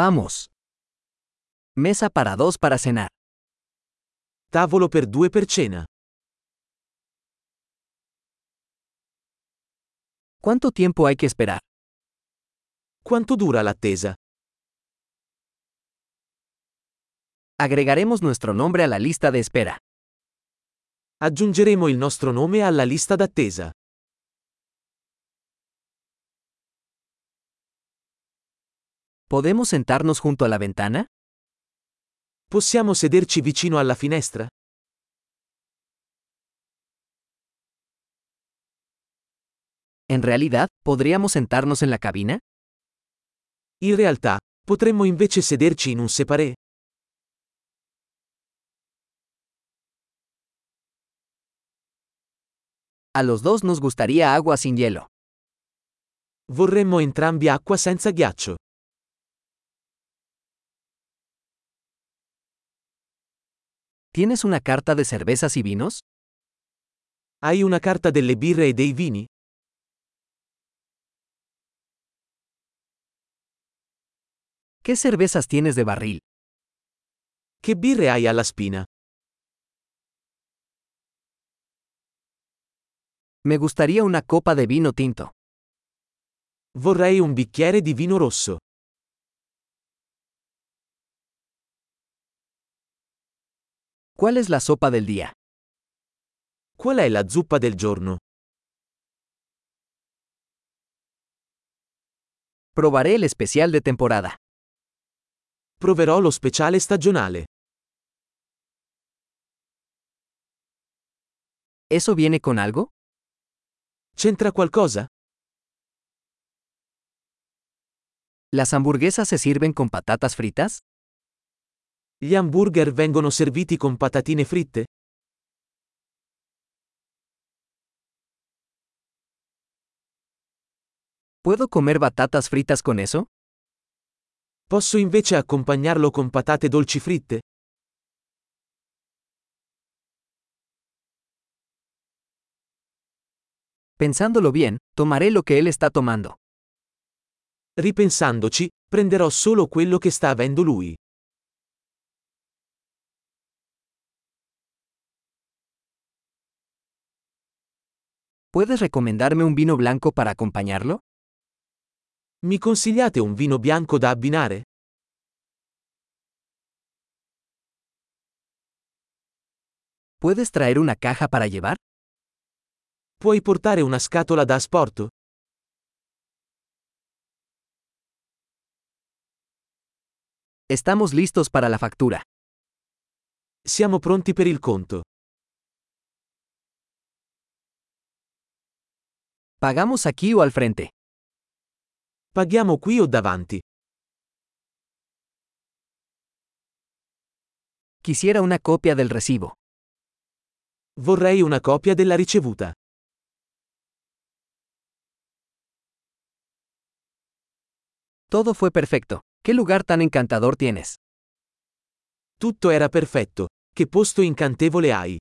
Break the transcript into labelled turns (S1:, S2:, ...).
S1: Vamos. Mesa para dos para cenar.
S2: Tavolo per due per cena.
S1: ¿Cuánto tiempo hay que esperar?
S2: Quanto dura l'attesa?
S1: Agregaremos nuestro nombre a la lista de espera.
S2: Aggiungeremo il nostro nome alla lista d'attesa.
S1: ¿Podemos sentarnos junto a la ventana?
S2: Possiamo sederci vicino alla finestra?
S1: En realidad, ¿podríamos sentarnos en la cabina?
S2: In realtà, potremmo invece sederci in un separé.
S1: A los dos nos gustaría agua sin hielo.
S2: Vorremmo entrambi acqua senza ghiaccio.
S1: ¿Tienes una carta de cervezas y vinos?
S2: Hai una carta delle birre e dei vini?
S1: ¿Qué cervezas tienes de barril?
S2: Che birre hai alla spina?
S1: Me gustaría una copa de vino tinto.
S2: Vorrei un bicchiere di vino rosso.
S1: ¿Cuál es la sopa del día?
S2: Qual è la zuppa del giorno?
S1: Probaré el especial de temporada.
S2: Proverò lo speciale stagionale.
S1: ¿Eso viene con algo?
S2: C'entra qualcosa?
S1: ¿Las hamburguesas se sirven con patatas fritas?
S2: Gli hamburger vengono serviti con patatine fritte?
S1: ¿Puedo comer batatas fritas con eso?
S2: Posso invece accompagnarlo con patate dolci fritte?
S1: Pensándolo bien, tomaré lo que él está tomando.
S2: Ripensandoci, prenderò solo quello che sta avendo lui.
S1: ¿Puedes recomendarme un vino blanco para acompañarlo?
S2: Mi consigliate un vino bianco da abbinare?
S1: ¿Puedes traer una caja para llevar?
S2: Puoi portare una scatola da asporto?
S1: Estamos listos para la factura.
S2: Siamo pronti per il conto.
S1: ¿Pagamos aquí o al frente?
S2: Paghiamo qui o davanti?
S1: Quisiera una copia del recibo.
S2: Vorrei una copia della ricevuta.
S1: Todo fue perfecto. ¿Qué lugar tan encantador tienes?
S2: Tutto era perfetto. Che posto incantevole hai.